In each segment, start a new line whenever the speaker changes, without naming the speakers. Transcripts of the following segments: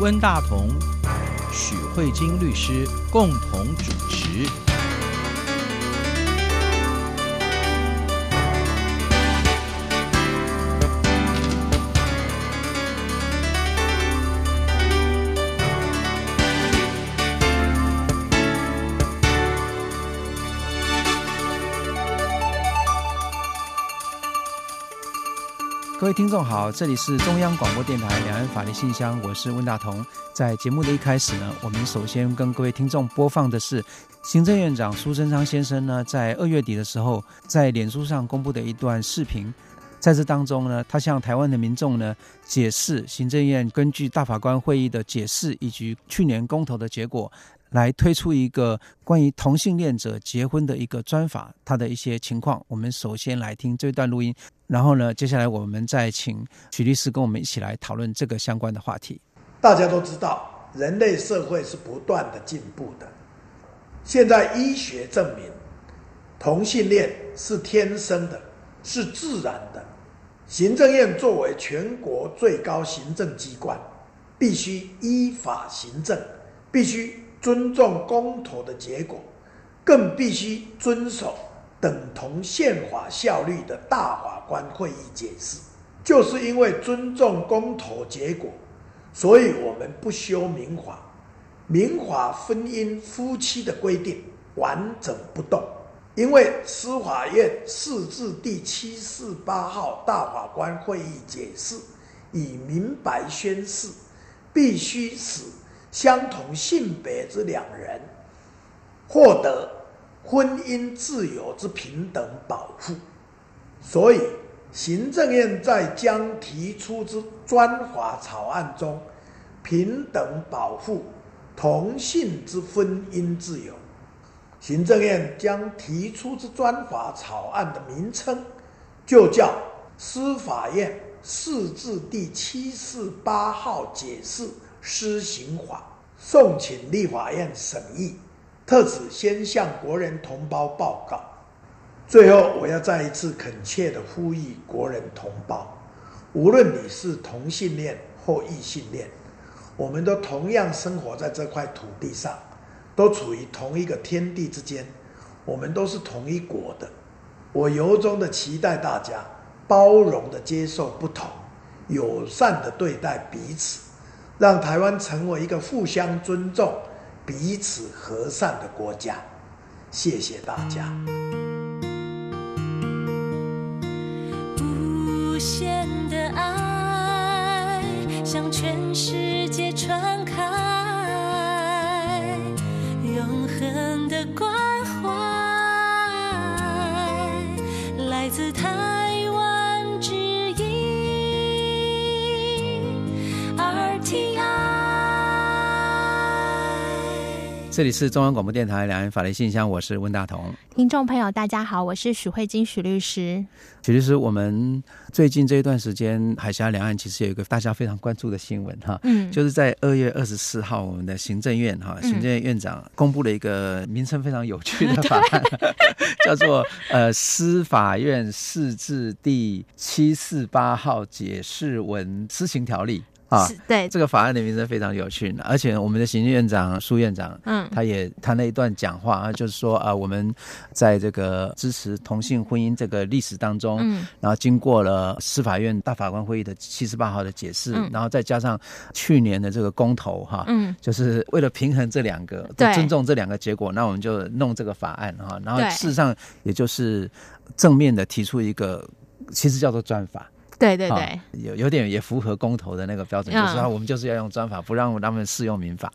温大同、许慧晶律师共同主持。各位听众好，这里是中央广播电台两岸法律信箱，我是温大同。在节目的一开始呢，我们首先跟各位听众播放的是行政院长苏贞昌先生呢，在二月底的时候，在脸书上公布的一段视频。在这当中呢，他向台湾的民众呢解释，行政院根据大法官会议的解释以及去年公投的结果，来推出一个关于同性恋者结婚的一个专法，它的一些情况。我们首先来听这段录音。然后呢，接下来我们再请许律师跟我们一起来讨论这个相关的话题。
大家都知道，人类社会是不断的进步的。现在医学证明，同性恋是天生的，是自然的。行政院作为全国最高行政机关，必须依法行政，必须尊重公投的结果，更必须遵守等同宪法效力的大法官会议解释，就是因为尊重公投结果，所以我们不修民法，民法婚姻夫妻的规定完整不动，因为司法院释字第七四八号大法官会议解释已明白宣示，必须使相同性别之两人获得婚姻自由之平等保护。所以，行政院在将提出之专法草案中，平等保护同性之婚姻自由。行政院将提出之专法草案的名称，就叫《司法院释字第七四八号解释施行法》，送请立法院审议。特此先向国人同胞报告。最后，我要再一次恳切地呼吁国人同胞，无论你是同性恋或异性恋，我们都同样生活在这块土地上，都处于同一个天地之间，我们都是同一国的。我由衷地期待大家包容地接受不同，友善地对待彼此，让台湾成为一个互相尊重、彼此和善的国家。谢谢大家。
无限的爱向全世界传开，永恒的关怀来自台湾之音 RTI。
这里是中央广播电台两岸法律信箱，我是温大同。
听众朋友，大家好，我是许慧金许律师。
许律师，我们最近这一段时间，海峡两岸其实有一个大家非常关注的新闻哈，
嗯
就是在二月二十四号，我们的行政院哈，行政院院长公布了一个名称非常有趣的法案，叫做呃《司法院释字第七四八号解释文施行条例》啊
是。对，
这个法案的名称非常有趣，而且我们的行政院长苏院长
嗯
他也他那一段讲话啊，就是说啊，我们在这个支持同性婚姻这个历史当中，
嗯
然后经过了司法院大法官会议的七十八号的解释，
嗯
然后再加上去年的这个公投哈，
嗯
就是为了平衡这两个，
对
尊重这两个结果，那我们就弄这个法案哈，然后
对
事实上也就是正面的提出一个，其实叫做专法。
对对
啊
对，
有有点也符合公投的那个标准，就是说
嗯
我们就是要用专法，不让他们适用民法，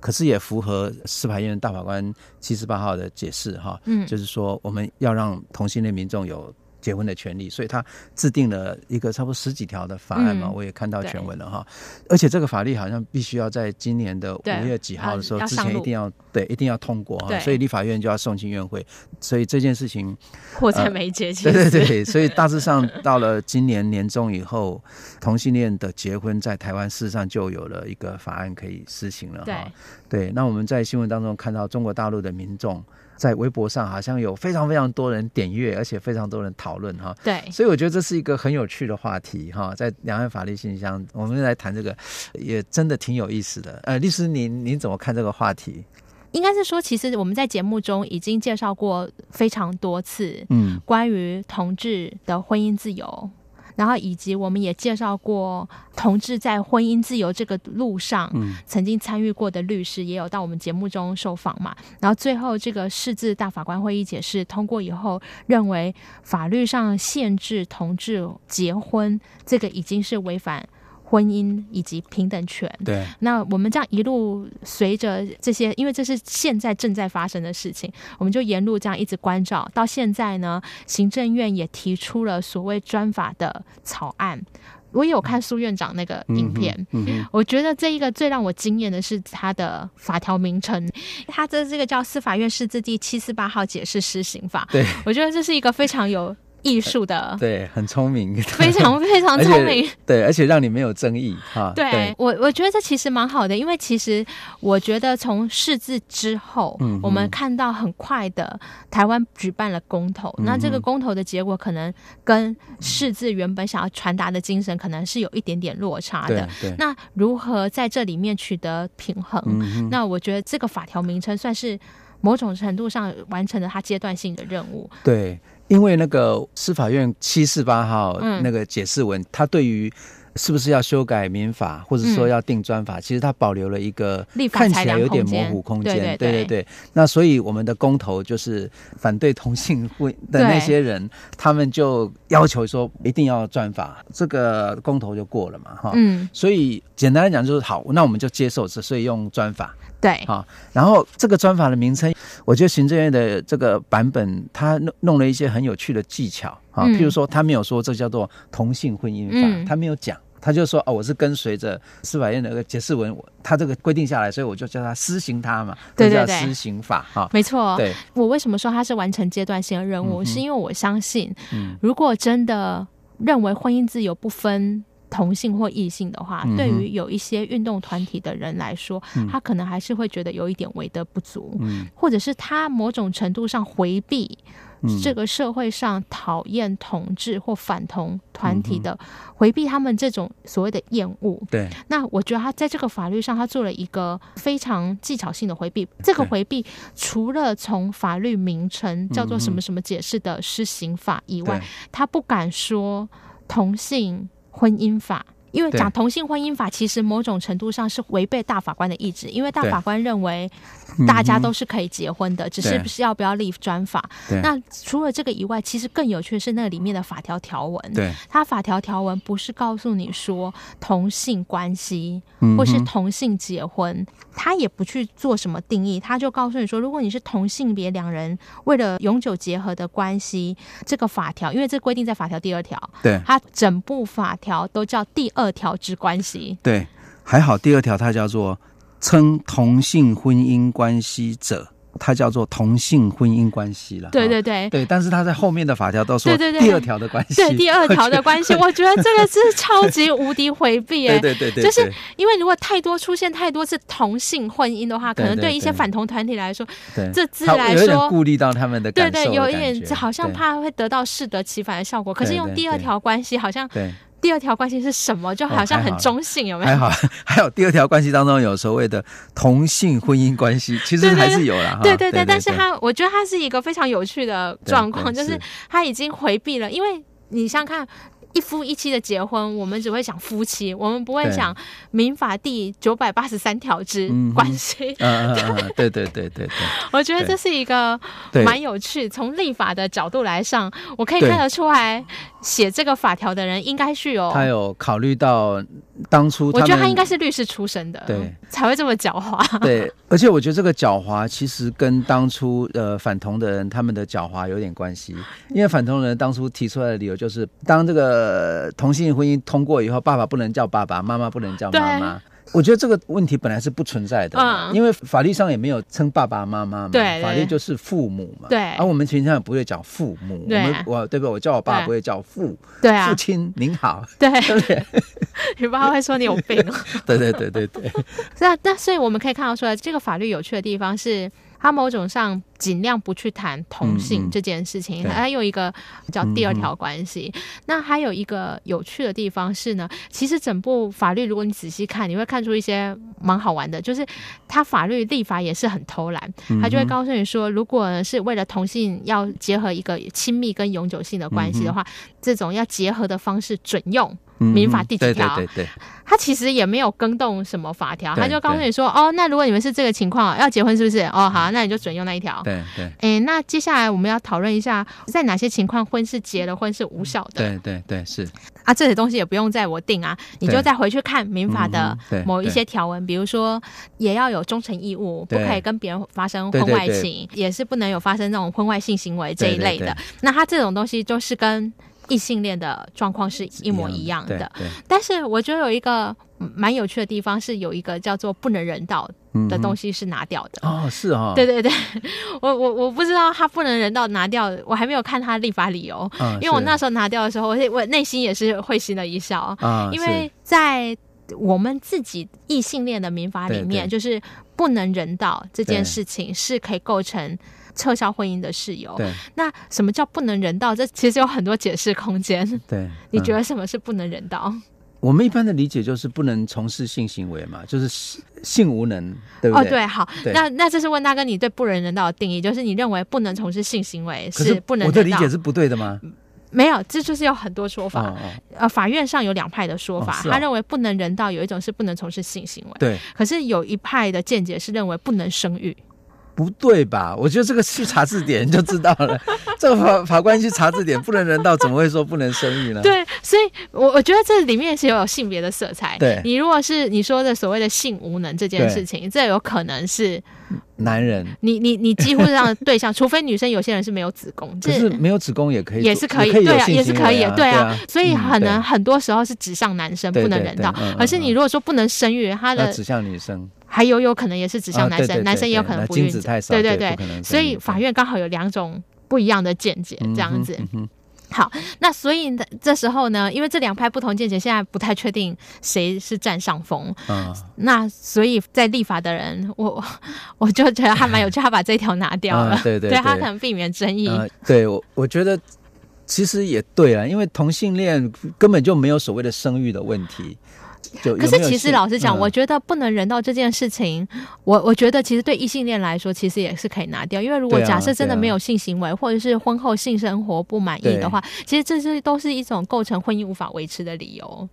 可是也符合司法院大法官七十八号的解释哈，
嗯
就是说我们要让同性恋民众有。结婚的权利，所以他制定了一个差不多十几条的法案嘛，
嗯
我也看到
对
全文了哈。而且这个法律好像必须要在今年的
对
五月几号的时候
嗯要
之
要上
前一
路
定要对一定要通过哈，
对
所以立法院就要送进院会，所以这件事情
迫在眉睫，其
对
实
对对，所以大致上到了今年年中以后，同性恋的结婚在台湾事实上就有了一个法案可以施行了哈
对。
对，那我们在新闻当中看到中国大陆的民众。在微博上好像有非常非常多人点阅，而且非常多人讨论哈。
对，
所以我觉得这是一个很有趣的话题哈，在两岸法律信箱，我们来谈这个，也真的挺有意思的。呃，律师您您怎么看这个话题？
应该是说，其实我们在节目中已经介绍过非常多次
嗯
关于同志的婚姻自由，然后以及我们也介绍过同志在婚姻自由这个路上
嗯
曾经参与过的律师，也有到我们节目中受访嘛。然后最后这个释字大法官会议解释通过以后，认为法律上限制同志结婚，这个已经是违反婚姻以及平等权。
对，
那我们这样一路随着这些，因为这是现在正在发生的事情，我们就沿路这样一直关照。到现在呢，行政院也提出了所谓专法的草案。我也有看苏院长那个影片，
嗯哼，
我觉得这一个最让我惊艳的是它的法条名称，它的这个叫《司法院释字第七四八号解释施行法》。
对
我觉得这是一个非常有艺术的，
对，很聪明，
非常 非常
而
聪
且
明。
对，而且让你没有争议哈。
哦对我，我觉得这其实蛮好的，因为其实我觉得从释字之后，
嗯
我们
哼
看到很快的台湾举办了公投，那这
嗯
个
哼
公投的结果可能跟释字原本想要传达的精神可能是有一点点落差
对
的。
对，
那如何在这里面取得平衡？
嗯哼，
那我觉得这个法条名称算是某种程度上完成了它阶段性的任务。
对，因为那个司法院七四八号
嗯
那个解释文，它对于是不是要修改民法，或者说
嗯
要定专法，其实它保留了一个
立法
看
裁
起来
量
有点
空
模
间
糊空
对
间。
对
对
对
对，那所以我们的公投就是反对同性婚的那
对
些人，他们就要求说一定要专法，这个公投就过了嘛，哈。
嗯，
所以简单来讲就是好，那我们就接受这，所以用专法。
对，
好，然后这个专法的名称，我觉得行政院的这个版本，它弄弄了一些很有趣的技巧啊，
嗯
譬如说，他没有说这叫做同性婚姻
嗯
法，他没有讲。他就说哦，我是跟随着司法院的那个解释文，我他这个规定下来，所以我就叫他施行它嘛，
对
就
对
叫
对
施行法哈。
没错。哦
对，
我为什么说它是完成阶段性的任务？
嗯哼
是因为我相信
嗯，
如果真的认为婚姻自由不分同性或异性的话，
嗯哼
对于有一些运动团体的人来说，他可能还是会觉得有一点为德不足，
嗯
或者是他某种程度上回避
嗯
这个社会上讨厌同志或反同团
嗯
体的，回避他们这种所谓的厌恶。
对，
那我觉得他在这个法律上，他做了一个非常技巧性的回避。这个回避除了从法律名称叫做什么什么解释的施行法以
嗯对
外，，他不敢说同性婚姻法。因为
对
讲同性婚姻法，其实某种程度上是违背大法官的意志，因为大
对
法官认为
嗯
大家
哼
都是可以结婚的，只是
对
不是要不要立专法。
对
那除了这个以外，其实更有趣的是那里面的法条条文。
对，
它法条条文不是告诉你说同性关系
嗯
或是
哼
同性结婚，它也不去做什么定义，它就告诉你说，如果你是同性别两人为了永久结合的关系，这个法条，因为这规定在法条第二条，
对
它整部法条都叫第二条之关系。
对，还好第二条它叫做称同性婚姻关系者，它叫做同性婚姻关系了。
对
哈
对对。
对，但是他在后面的法条都说
对对对
第二条的关系，
对第二条 的关系，我觉得这个是超级无敌回避耶、
对对对对，
就是
对
因为如果太多出现太多次同性婚姻的话，可
对
能
对
对一些
对
反同团体来说，
对
这字
他
来
有一点
说
顾虑到他们的感
对
受的
对，有一
感
点
觉
好像怕会得到适得其反的效果。可是
对
用
对
第二
对
条关系，好像
对。
第二条关系是什么，就
哦
好像
还
很
好
中性，有没
还
有？
好， 还有第二条关系当中有所谓的同性婚姻关 系，其实
对对对
还是有了哈。
对
对
对，但是它，我觉得它是一个非常有趣的
对
状
对
况，就是
是
他已经回避了，因为你想想看。一夫一妻的结婚，我们只会想夫妻，我们不会
对
想民法第九百八十三条之
嗯哼
关系。
嗯嗯嗯 嗯，对对对对对
我觉得
对
这是一个
对，
蛮有趣。从立法的角度来上，我可以
对
看得出来，写这个法条的人应该是有
他有考虑到当初
我
他
觉
们，
得他应该是律师出身的，
对，
才会这么 狡 猾。
对，而且我觉得这个狡猾其实跟当初呃反同的人他们的狡猾有点关系，因为反同人当初提出来的理由就是，当这个呃同性婚姻通过以后，爸爸不能叫爸爸，妈妈不能叫妈妈。我觉得这个问题本来是不存在的嘛，
嗯
因为法律上也没有称爸爸妈妈嘛，
对对
法律就是父母嘛，
对
而、我们平常也不会讲父母，
对
我们我对不对？我叫我爸
对
不会叫父，
对啊
父，亲您好，
对，
对不对？
你爸会说你有病哦。
对对对对对，
那那所以我们可以看到说，这个法律有趣的地方是。他某种上尽量不去谈
嗯
同
嗯
性这件事情，
对嗯
还有一个叫第二条关系。那还有一个有趣的地方是呢，其实整部法律如果你仔细看，你会看出一些蛮好玩的，就是它法律立法也是很偷懒，
嗯
他就会告诉你说，如果是为了同性要结合一个亲密跟永久性的关系的
嗯
话，这种要结合的方式准用。民法第几
对
条
嗯对对对，
他其实也没有更动什么法条，
对嗯
他就告诉你说，哦，那如果你们是这个情况要结婚，是不是？哦，好，那你就准用那一条。
对对
诶，那接下来我们要讨论一下，在哪些情况婚是结了婚是无效的
对对对，是
啊？这些东西也不用在我定啊，你
对
就再回去看民法的
嗯哼对
某一些条文，比如说也要有忠诚义务，不
对
可以跟别人发生
对
婚
对
外
对
情，也是不能有发生那种婚外性行为这
对
一
对
类的。
对
那它这种东西就是跟异性恋的状况是一模一样的。，
对对
但是我觉得有一个嗯蛮有趣的地方是，有一个叫做不能人道
嗯
的
哼
东西是拿掉的。
哦，是哦，
对对对， 我我我不知道他不能人道拿掉，我还没有看他立法理由，
嗯，
因为我那
时
时候拿掉的时候，我我内心也是会心的一笑，
候啊，
因
是
为在我们自己异性恋的民法里面，
对对
就是不能人道这
对
件事情是可以构成撤销婚姻的事由。
对
那什么叫不能人道？这其实有很多解释空间。
对，
你觉
嗯
得什么是不能人道？
我们一般的理解就是不能从事性行为嘛，就是性性无能，对不
哦，对，好，
对
那那这是问大哥，你对不能人道的定义，就是你认为不能从事性行为
可是
不能
我的
人
理
道
解？是不对的吗？
没有，这就是有很多说
哦
法。
哦，
呃，法院上有两派的说法，
哦是哦
他认为不能人道有一种是不能从事性行为，
对，
可是有一派的见解是认为不能生育。
不对吧？我觉得这个去查字典就知道 了。这个法法官去查字典，不能人道，怎么会说不能生育呢？
对，所以我我觉得这里面是有性别的色彩。
对
你如果是你说的所谓的性无能这件
对
事情，这有可能是
男人
你你你几乎让对象， 除非女生有些人是没有子宫，
可
这
是没有子宫也可以做，
也是可以，
以有
对啊，
性
也是
行
可以
为
的，
啊，
对
啊。
所以可能
对
很多时候是指向男生，
对
不能
对
人
对
道
嗯嗯。
可是你
嗯
如果说不能生育，他
要
的
指向女生，
还有有可能也是指向
啊
男
对
生，
对
男
对
生也有
对
可能
那
不
精
孕
子
者
太少
对
对
对
不可能生
所以
育
法
对
院刚好有两种不一样的见解，这样子。
嗯哼
好，那所以呢这时候呢，因为这两派不同见解，现在不太确定谁是占上风。
嗯哼啊，
那所以在立法的人，我 我我就觉得还蛮有趣，他把这条拿掉了，
啊对对
他
对
可能避免争议。
呃，对我我觉得其实也对啊，因为同性恋根本就没有所谓的生育的问题。就
可
有
是
没有
其实
性
老实讲，
嗯
我觉得不能人道这件事情，我我觉得其实对异性恋来说，其实也是可以拿掉，因为如果
对啊
假设真的
对啊
没有性行为，或者是婚后性生活不满意的话，其实这些都是一种构成婚姻无法维持的理由。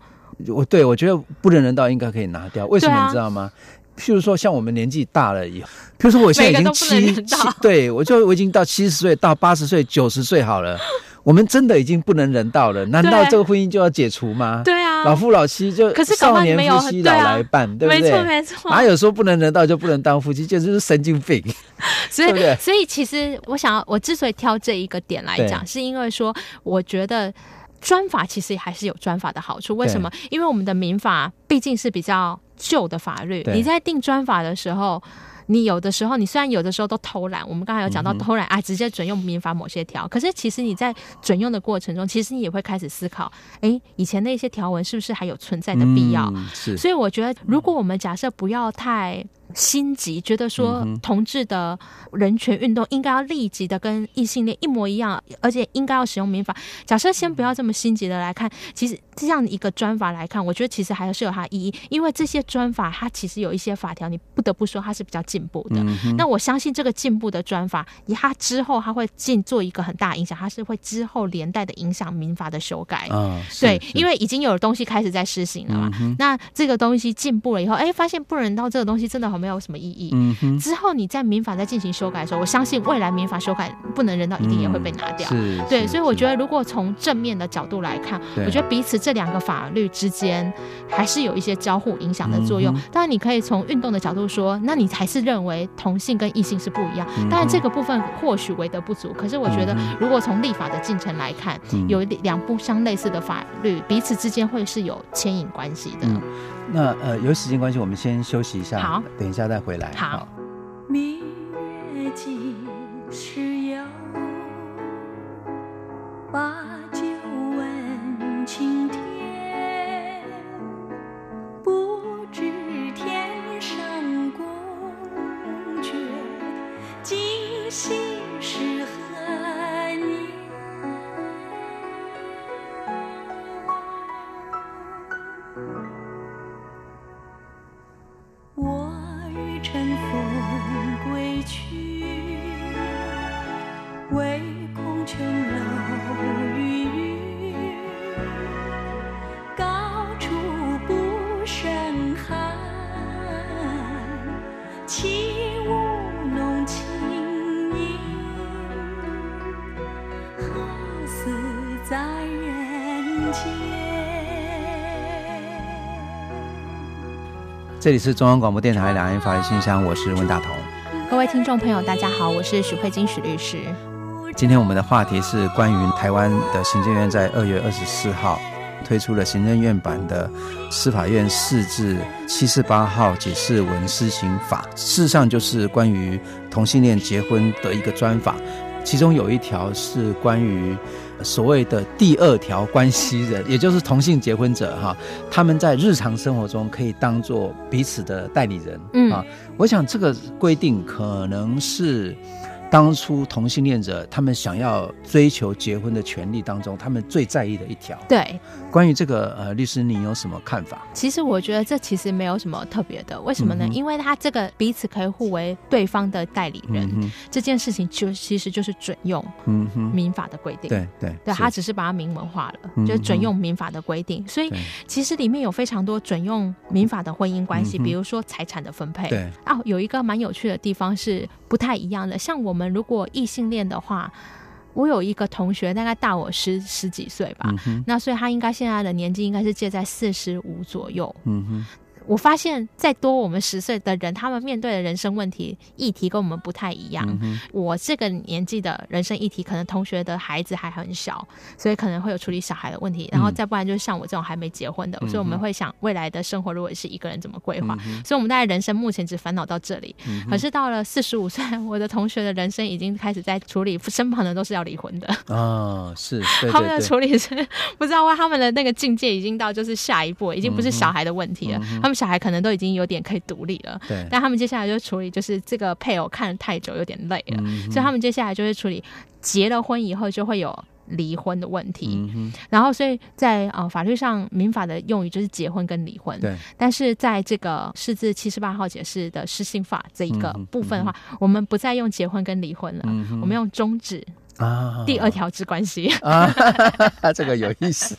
我对我觉得不能人道应该可以拿掉，为什
对
么
啊
你知道吗？譬如说，像我们年纪大了以后，譬如说我现在已经
每个
七
都不能人
七
道，
对我就我已经到七十岁、到八十岁、九十岁好了，我们真的已经不能人道了，难道
对
这个婚姻就要解除吗？
对啊，
老夫老妻就
可是搞
少
不好
年
没有
夫妻
对
老
啊
来伴，对不
没错
对？
没错。
哪有说不能人道就不能当夫妻，简直是神经病。
所以
对不对
所以其实我想要，我之所以挑这一个点来讲，
对
是因为说我觉得。专法其实还是有专法的好处，为
对
什么？因为我们的民法毕竟是比较旧的法律，
对
你在定专法的时候，你有的时候你虽然有的时候都偷懒，我们刚才有讲到
嗯哼
偷懒、啊，直接准用民法某些条，可是其实你在准用的过程中，其实你也会开始思考，诶，以前那些条文是不是还有存在的必要？
嗯、是
所以我觉得，如果我们假设不要太心急，觉得说
嗯哼
同志的人权运动应该要立即的跟异性恋一模一样，而且应该要使用民法。假设先不要这么心急的来看，其实这样一个专法来看，我觉得其实还是有它的意义，因为这些专法它其实有一些法条，你不得不说它是比较进步的。
嗯哼
那我相信这个进步的专法，以它之后它会进做一个很大的影响，它是会之后连带的影响民法的修改。
啊，
对，
是
因为已经有东西开始在施行了嘛。
嗯哼
那这个东西进步了以后，哎，发现不人道这个东西真的很没有什么意义。
嗯哼
之后你在民法在进行修改的时候，我相信未来民法修改不能人道一定也会被拿掉。
是
对，
是
所以我
是
觉得如果从正面的角度来看，
对
我觉得彼此这两个法律之间还是有一些交互影响的作用。
嗯哼
当然，你可以从运动的角度说，那你还是认为同性跟异性是不一样。当然，这个部分或许为得不足，可是我觉得
嗯
如果从立法的进程来看，
嗯
有两部相类似的法律，彼此之间会是有牵引关系的。
嗯那呃，由于时间关系，我们先休息一下，
好，
等一下再回来。
好
明月几时有？把酒问青天，不知天上宫阙，
这里是中央广播电台两岸法律信箱，我是温大同。
各位听众朋友，大家好，我是许慧金许律师。
今天我们的话题是关于台湾的行政院在二月二十四号推出了行政院版的司法院释字七四八号解释文施行法，事实上就是关于同性恋结婚的一个专法，其中有一条是关于所谓的第二条关系人，也就是同性结婚者哈，他们在日常生活中可以当做彼此的代理人，
嗯
啊，我想这个规定可能是。当初同性恋者他们想要追求结婚的权利当中，他们最在意的一条。
对，
关于这个，呃，律师你有什么看法？
其实我觉得这其实没有什么特别的，为什么呢？
嗯哼
因为他这个彼此可以互为对方的代理人，
嗯哼，
这件事情就其实就是准用
嗯哼，
民法的规定。
对对
对，
是
他只是把它明文化了，
嗯
就是准用民法的规定。所以
对
其实里面有非常多准用民法的婚姻关系，
嗯哼
比如说财产的分配。
对，
啊，有一个蛮有趣的地方是不太一样的。像我们如果异性恋的话，我有一个同学大概大我十十几岁吧，
嗯哼，
那所以他应该现在的年纪应该是介在四十五左右。
嗯哼，
我发现再多我们十岁的人，他们面对的人生问题议题跟我们不太一样。
嗯哼，
我这个年纪的人生议题，可能同学的孩子还很小，所以可能会有处理小孩的问题，然后再不然就是像我这种还没结婚的，
嗯嗯哼
所以我们会想未来的生活如果是一个人怎么规划。
嗯哼
所以我们大概人生目前只烦恼到这里，
嗯哼
可是到了四十五岁，我的同学的人生已经开始在处理，身旁的都是要离婚的，
啊，是，对
他们的
对对，
处理是不知道为他们的那个境界已经到就是下一步，已经不是小孩的问
嗯
题了，他们小孩可能都已经有点可以独立了，
对，
但他们接下来就处理就是这个配偶看得太久有点累了，
嗯
所以他们接下来就会处理结了婚以后就会有离婚的问题，
嗯哼，
然后所以在呃法律上民法的用语就是结婚跟离婚，
对，
但是在这个释字七十八号解释的释性法这一个
嗯哼
部分的话，我们不再用结婚跟离婚了，
嗯哼
我们用终止
啊，
第二条之关系。
啊，哈哈哈这个有意思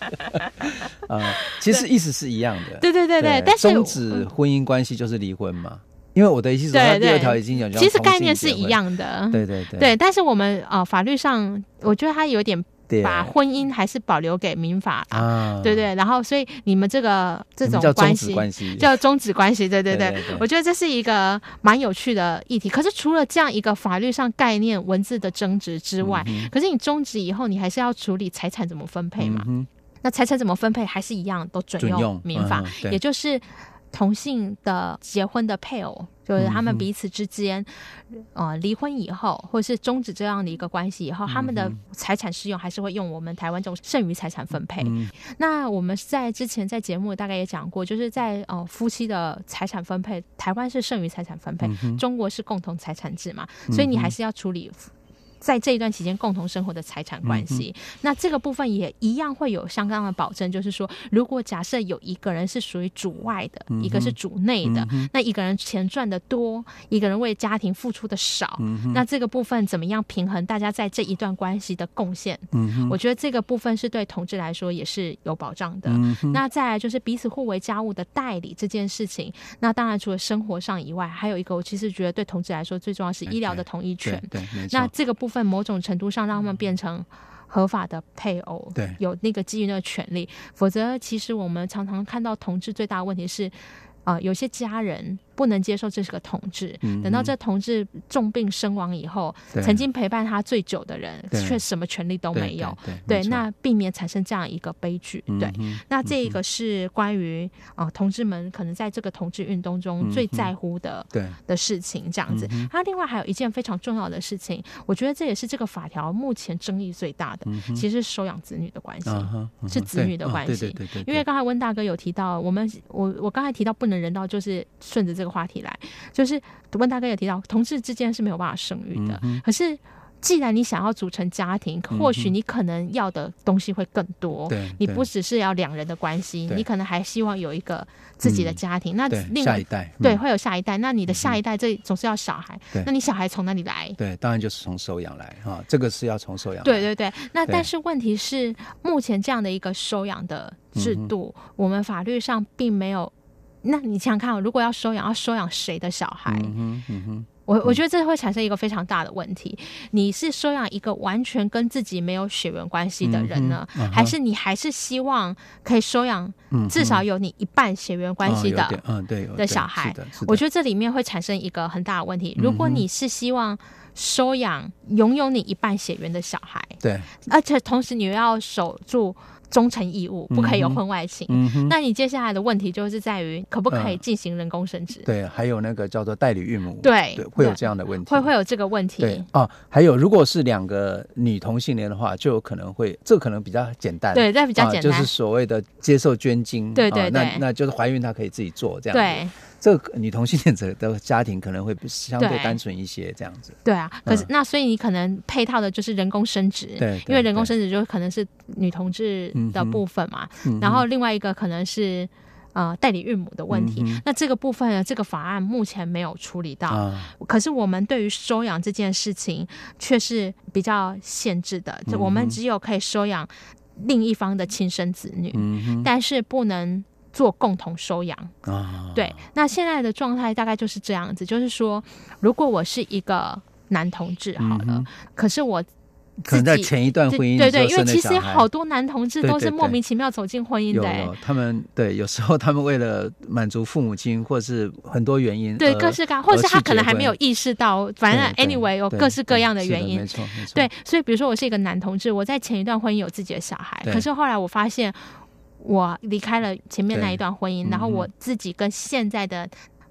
啊，其实意思是一样的，
对对对对，但是
终止婚姻关系就是离婚嘛，因为我的意思是说，
对
它第二
对
条已经有，
其实概念是一，样的。
对对对，
但是我们呃法律上，我觉得它有点
对
把婚姻还是保留给民法，
啊，
对对。然后所以你们这个这
你
种
们叫终
关
止
系
关系，
叫终止关系，对对对
对对对
我觉得这是一个蛮有趣的议题。可是除了这样一个法律上概念、文字的争执之外，可是你终止以后，你还是要处理财产怎么分配嘛？
嗯
那财产怎么分配还是一样都准
准用
用民法
嗯，对
也就是同性的结婚的配偶，就是他
嗯
们
哼
彼此之间、呃离婚以后，或是终止这样的一个关系以后，他们
嗯
的财产适用还是会用我们台湾这种剩余财产分配。
嗯
那我们在之前在节目大概也讲过，就是在呃夫妻的财产分配，台湾是剩余财产分配，
嗯
中国是共同财产制嘛，所以你还是要处理。在这一段期间，共同生活的财产关
嗯
系，那这个部分也一样会有相当的保证，就是说，如果假设有一个人是属于主外的，
嗯
一个是主内的，那一个人钱赚的多，一个人为家庭付出的少，
嗯
那这个部分怎么样平衡大家在这一段关系的贡献？
嗯哼
我觉得这个部分是对同志来说也是有保障的。
嗯哼
那再来就是彼此互为家务的代理这件事情，那当然除了生活上以外，还有一个我其实觉得对同志来说最重要是医疗的同意权
哎对。对，没
那
错，
这个部分某种程度上让他们变成合法的配偶，
对
有那个基于那个权利。否则，其实我们常常看到同志最大的问题是。呃，有些家人不能接受这是个同志，等到这同志重病身亡以后，
嗯对
曾经陪伴他最久的人
对
却什么权利都
都
没有，，
对
对，
没错
那避免产生这样一个悲剧。对，
嗯哼
那这一个是关于呃同志们可能在这个同志运动中最在乎的、
嗯对
的事情，这样子。
嗯
还有另外还有一件非常重要的事情，我觉得这也是这个法条目前争议最大的，其实是收养子女的关
嗯
系。
啊哈嗯
是
哼
子
对
女的
啊
关
对
系
对对对，
因为刚才温大哥有提到，我们我我刚才提到不能人道，就是顺着这个话题来，就是温大哥有提到，同志之间是没有办法生育的，
嗯
可是。既然你想要组成家庭，或许你可能要的东西会更多。
对
你
对
不只是要两人的关系，
对
你可能还希望有一个自己的
嗯
家庭。那
对
另
下
外
一代，
对，
嗯
会有下一代。那你的下一代，这总是要小孩
对。
那你小孩从哪里来？
对，当然就是从收养来哈，这个是要从收养，
对，对对。那
对
但是问题是，目前这样的一个收养的制
嗯
度，我们法律上并没有。那你想想看哦，如果要收养，要收养谁的小孩？
嗯哼嗯哼，
我我觉得这会产生一个非常大的问题：你是收养一个完全跟自己没有血缘关系的人呢，
嗯哼嗯哼
还是你还是希望可以收养
嗯
至少有你一半血缘关系
嗯
的？
有点嗯对有
的
对
小孩
是的是的
我觉得这里面会产生一个很大的问题。如果
嗯哼
你是希望收养拥有你一半血缘的小孩，
对，
而且同时你又要守住忠诚义务，不可以有
嗯哼
婚外情，
嗯哼，
那你接下来的问题就是在于可不可以
嗯
进行人工生殖？
对，还有那个叫做代理孕母，
对
会有
对
这样的问题，
会会有这个问题。
对哦，还有如果是两个女同性恋的话，就有可能会，这个可能比较简单，
对，这比较
啊
简
就
单。
是所谓的接受捐精，
对对
啊那
对
那就是怀孕她可以自己做这样，，
对
这个女同性恋者的家庭可能会相对
对
单纯一些这样子，
对啊，可是、
嗯
那所以你可能配套的就是人工生殖，
对
因为人工
对
生殖就可能是女同志的
嗯哼
部分嘛，
嗯
然后另外一个可能是呃代理孕母的问题。
嗯哼
那这个部分啊呢，这个法案目前没有处理到，
啊，
可是我们对于收养这件事情却是比较限制的，
嗯
就我们只有可以收养另一方的亲生子女，
嗯
但是不能做共同收养。
哼啊，
对，那现在的状态大概就是这样子，就是说，如果我是一个男同志好了，
嗯哼
可是我
可
自
能在
己
前一段
自
婚姻
对
的时
对，
候
因为
生的
其
小
实
孩
好多男同志
对
都
对
是莫
对
名其妙走进婚姻
有
的、欸
有，他们对，有时候他们为了满足父母亲，或是很多原因，
对
而
各式各样，或者是
而去
他可能
呃结
还没有
婚
意识到，反正
对对
anyway 有
对
各式各
对
样的
是
原因
没。错没错，
对，所以比如说我是一个男同志，我在前一段婚姻有自己的小孩，
对
可是后来我发现我离开了前面那
对
一段婚姻，然后
嗯哼
我自己跟现在的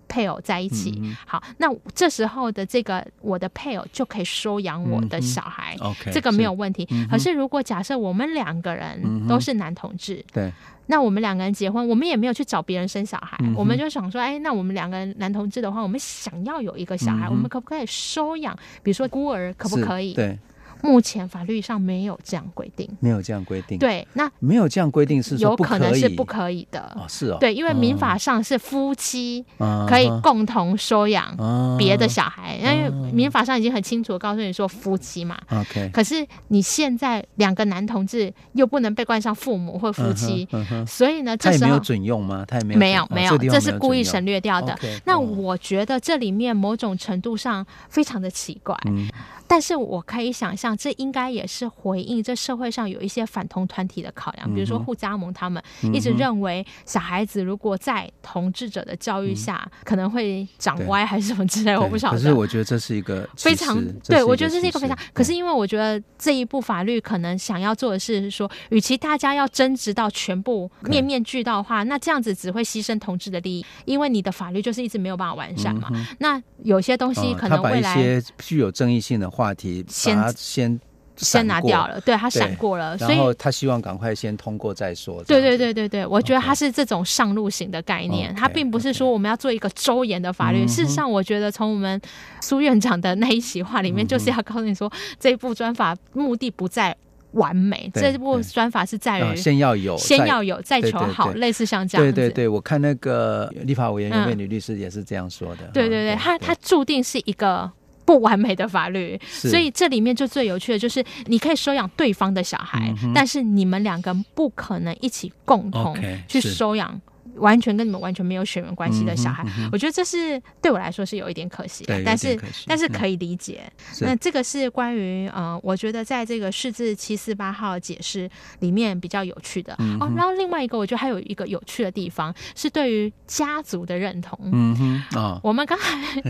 配偶在一起。
嗯哼
好，那这时候的这个我的配偶就可以收养我的
嗯哼
小孩，
，OK，
这个
是
没有问题。
嗯哼
可是如果假设我们两个
嗯哼
人都是男同志，
对，
那我们两个人结婚，我们也没有去找别人生小孩，
嗯哼
我们就想说，哎，那我们两个人男同志的话，我们想要有一个小孩，
嗯哼
我们可不可以收养？比如说孤儿，可不
是
可以？
对，
目前法律上没有这样规定。
没有这样规定，，
对，那
没有这样规定嗯是说
有
不
可能是
以
不可以的。
哦，是哦，
对，因为民法上是夫妻
嗯
可以
啊
共同收养
哈
别的
啊
小孩，因为民法上已经很清楚地告诉你说夫妻嘛。
，OK，
可是你现在两个男同志又不能被冠上父母或夫妻，
嗯哼，嗯哼
所以呢，
他
这
也
时
没有
候
准用吗？他也没有准
没
哦
有没
这
有，
地方没
这是
有
故
准
意
用
省略掉的。
OK，
那
哦
我觉得这里面某种程度上非常的奇怪，
嗯
但是我可以想象，这应该也是回应这社会上有一些反同团体的考量，比如说
嗯哼
互加盟他们一直
嗯哼
认为小孩子如果在同志者的教育下，可能会长
嗯对
歪还是什么之类，哎我
对
不晓
可是
得。
我觉得这是一个
非
歧
常
视
对，我觉得这是
歧
一个非
视嗯
常。可
对
是因为我觉得这一部法律可能想要做的是说，与其大家要争执到全部
对
面面俱到的话，那这样子只会牺牲同志的利益，因为你的法律就是一直没有办法完善嘛。那有些东西
嗯
可
他
能
把
未
一
来、
些具有争议性的话题，
先
把它先
先
闪
拿
过
掉，了，对他
对
闪过了，所
然
以
后他希望赶快先通过再说。这
对
样子，
对对对对，我觉得它是这种上路型的概念，
OK，
它并不是说我们要做一个周延的法律。
嗯哼
事实上，我觉得从我们苏院长的那一席话里面，就是要告诉你说，这一部专法目的不在完美，
对
这部专法是在
啊
于
先要有，
先
再
要有，再
对
求
对
好，
对
类似像这样
对
子。
对对，我看那个立法委员
嗯
袁美女律师也是这样说的。
对对
嗯
对它它注定是一个。不完美的法律，
是
所以这里面就最有趣的就是，你可以收养对方的小孩，
嗯哼
但是你们两个不可能一起共同
OK，
去
是
收养完全跟你们完全没有血缘关系的小孩。
嗯哼嗯哼
我觉得这是对我来说是有一点可惜啊、
对有
但
点
是
可惜
但是
嗯
可以理解。
是
那这个是关于呃，我觉得在这个释字七四八号解释里面比较有趣的、
嗯
哦。然后另外一个，我觉得还有一个有趣的地方是对于家族的认同。
嗯哼啊，
我们刚 才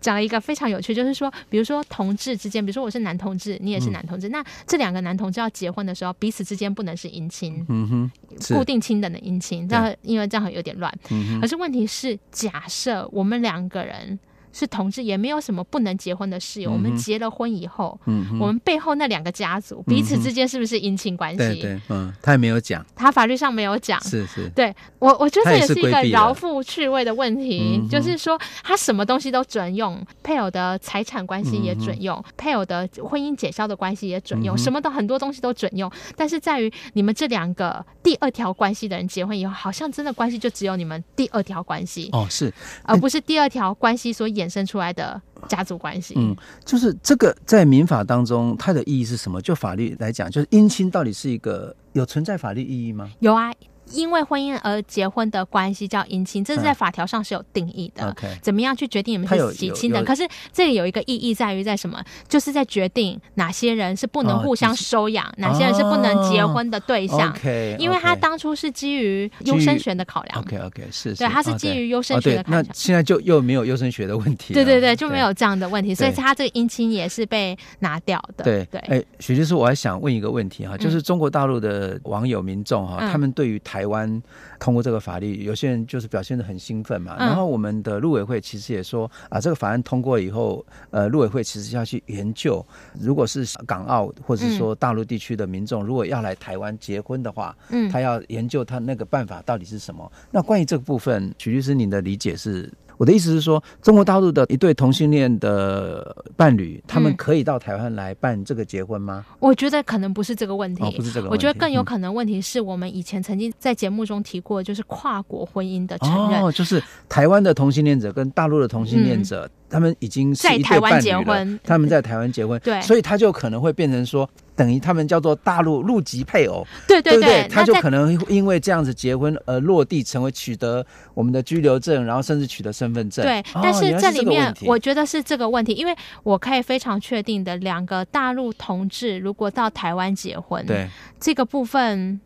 讲了一个非常有趣，就是说，比如说同志之间，比如说我是男同志，你
嗯
也是男同志，那这两个男同志要结婚的时候，彼此之间不能是姻亲，
嗯哼，是嗯
固定亲等的姻亲，这样因为这样有点乱。可是问题是，假设我们两个人。是同志，也没有什么不能结婚的事。
嗯
我们结了婚以后，我们背后那两个家族彼此之间是不是姻亲关系？
嗯对对，嗯，他也没有讲，
他法律上没有讲，
是是，
对我，我觉得
他
这
也
也
是
是一
规
个
避了
饶富趣味的问题
嗯，哼
就是说他什么东西都准用，配偶的财产关系
嗯
也准用，配偶的婚姻解消的关系也准用，什么都很多东西都准用。但是在于你们这两个第二条关系的人结婚以后，好像真的关系就只有你们第二条关系，
哦是，
而不是第二条关系所衍生出来的家族关系。
嗯，就是这个在民法当中它的意义是什么？就法律来讲，就是姻亲到底是一个有存在法律意义吗？
有啊，因为婚姻而结婚的关系叫姻亲，这是在
嗯
法条上是有定义的。
OK
怎么样去决定你们
它有
是几亲
有
人？
有
可是这里有一个意义在于在什么？就是在决定哪些人是不能
哦
互相
就是
收养，哪些人是不能结婚的对象。
OK，
因为他当初是基于优生学的考量
OK OK 是，
对
是
它是
哦
基
对
于优生
哦
学
对
的考量
那现在就又没有优生学的问题了，
对对对，就没有这样的问题，所以
对
他这个姻亲也是被拿掉的。
对
对，
哎，许律师，我还想问一个问题哈，就是中国大陆的网友民众哈，
嗯
他们对于台湾通过这个法律，有些人就是表现的很兴奋嘛。
嗯
然后我们的陆委会其实也说啊，这个法案通过以后，呃，陆委会其实要去研究，如果是港澳或
嗯
者是说大陆地区的民众，如果要来台湾结婚的话，
嗯
他要研究他那个办法到底是什么。那关于这个部分，许律师，你的理解是？我的意思是说，中国大陆的一对同性恋的伴侣，他们
嗯
可以到台湾来办这个结婚吗？
我觉得可能不是这个问题。
哦，不是这个问题，
我觉得更有
嗯
可能问题是我们以前曾经在节目中提过，就是跨国婚姻的承认，
哦，就是台湾的同性恋者跟大陆的同性恋者，他们已经是
嗯在
一对
台湾
伴侣
结
了
婚
他们在台湾结婚，
对
所以他就可能会变成说，等于他们叫做大陆陆籍配偶，
对对
不对？他
那
就
在
可能因为这样子结婚而落地成为取得我们的居留证，然后甚至取得身份证。
对，
哦
但是
原来
这
这
里
个
面
问题
我觉得是这个问题，因为我可以非常确定的，两个大陆同志如果到台湾结婚，
对
这个部分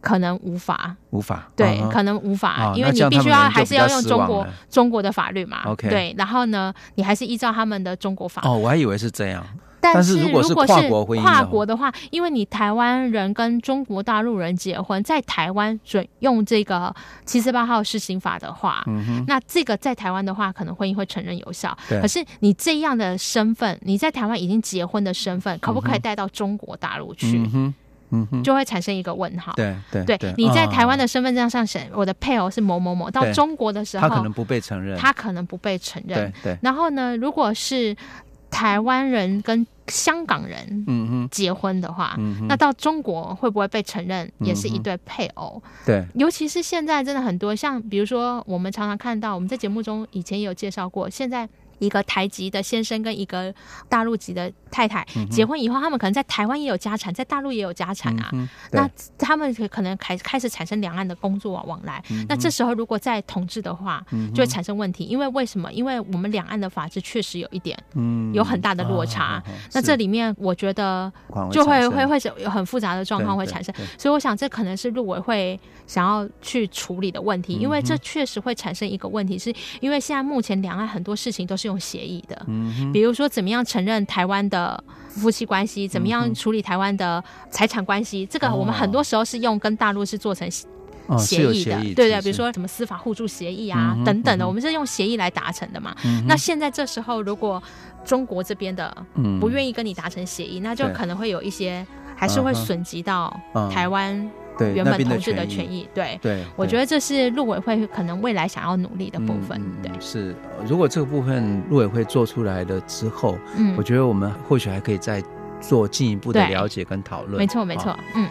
可能无法。
无法
对，
嗯哼
可能无法，
哦
因
那
为
这样
你必
他
须
们
要
可能就
还
比
是要
较
用
失
中
望
国
了
中国的法律嘛。
OK
对，然后呢，你还是依照他们的中国法。
哦，我还以为是这样。
但
但是如果
果
是
是
跨国婚姻的
跨
话
国的话，因为你台湾人跟中国大陆人结婚，在台湾准用这个七四八号施行法的话，
嗯哼，
那这个在台湾的话，可能婚姻会承认有效。
对
可是你这样的身份，你在台湾已经结婚的身份，可不可以带到中国大陆去，
嗯哼，嗯哼，
就会产生一个问号。
对对
对你在台
哦
湾。的身份证上写我的配偶是某某某，到
对
中国的时候，
他可能不被承认，
他可能不被承认
对。对，
然后呢，如果是台湾人跟香港人
嗯哼，
结婚的话，
嗯哼，
那到中国会不会被承认，也是一
嗯哼
对配偶。
对，
尤其是现在真的很多，像比如说我们常常看到，我们在节目中以前也有介绍过，现在。一个台籍的先生跟一个大陆籍的太太、
嗯
结婚以后，他们可能在台湾也有家产，在大陆也有家产啊。
嗯哼
那
对
他们可能开开始产生两岸的工作往来。
嗯
那这时候如果再统治的话，就会产生问题，因为为什么？因为我们两岸的法制确实有一点
嗯
有很大的落差。
啊啊啊
那
是
这里面我觉得
恐慌
就会
产
会
生
会是有很复杂的状况
对
会
对
产生
对，
所以我想这可能是陆委会想要去处理的问
嗯
题，因为这确实会产生一个问题，是因为现在目前两岸很多事情都是用协议的，
嗯
比如说怎么样承认台湾的夫妻关系，怎么样处理台湾的呃财产关系，这个我们
哦
很多时候是用跟大陆是做成
哦是嗯
协
有
议的，
议
对
其
对，比如
实
说什么司法互助协议啊、等等的，我们是用协议来达成的嘛。
嗯
那现在这时候，如果中国这边的
嗯
不愿意跟你达成协议，那就
对
可能会有一些，还是会
嗯哼
损及到
嗯
台湾
对
原
那
本
边
同志的
的
权
益，
益。对，
对，
我
对
觉得这是陆委会可能未来想要努力的部分
嗯。嗯
对，
嗯是，如果这个部分陆委会做出来了之后，我
嗯，
觉得我们或许还可以再做进一步的
对
了解跟讨论。
没错没
啊
错，嗯，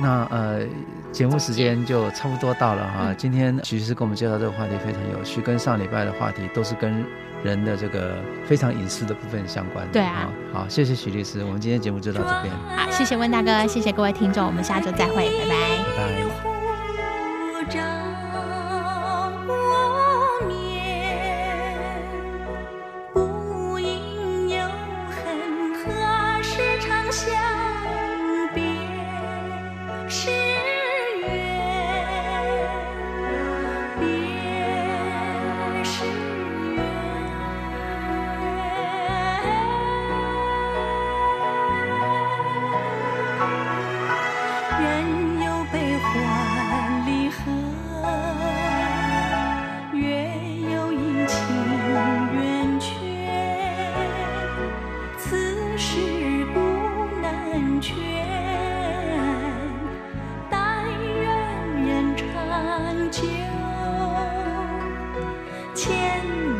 那呃，节目时间就差不多到了哈、
嗯
今天徐师跟我们介绍这个话题非常有趣，跟上礼拜的话题都是跟人的这个非常隐私的部分相关的。
对啊
好，谢谢徐律师，我们今天节目就到这边，
好，谢谢温大哥，谢谢各位听众，我们下周再会，拜拜。
拜拜。
护照无眠，无因有恨，何时长相别？是缘，也是缘。人有悲欢离合，月有阴晴圆缺，此事古难全。但愿人长久，千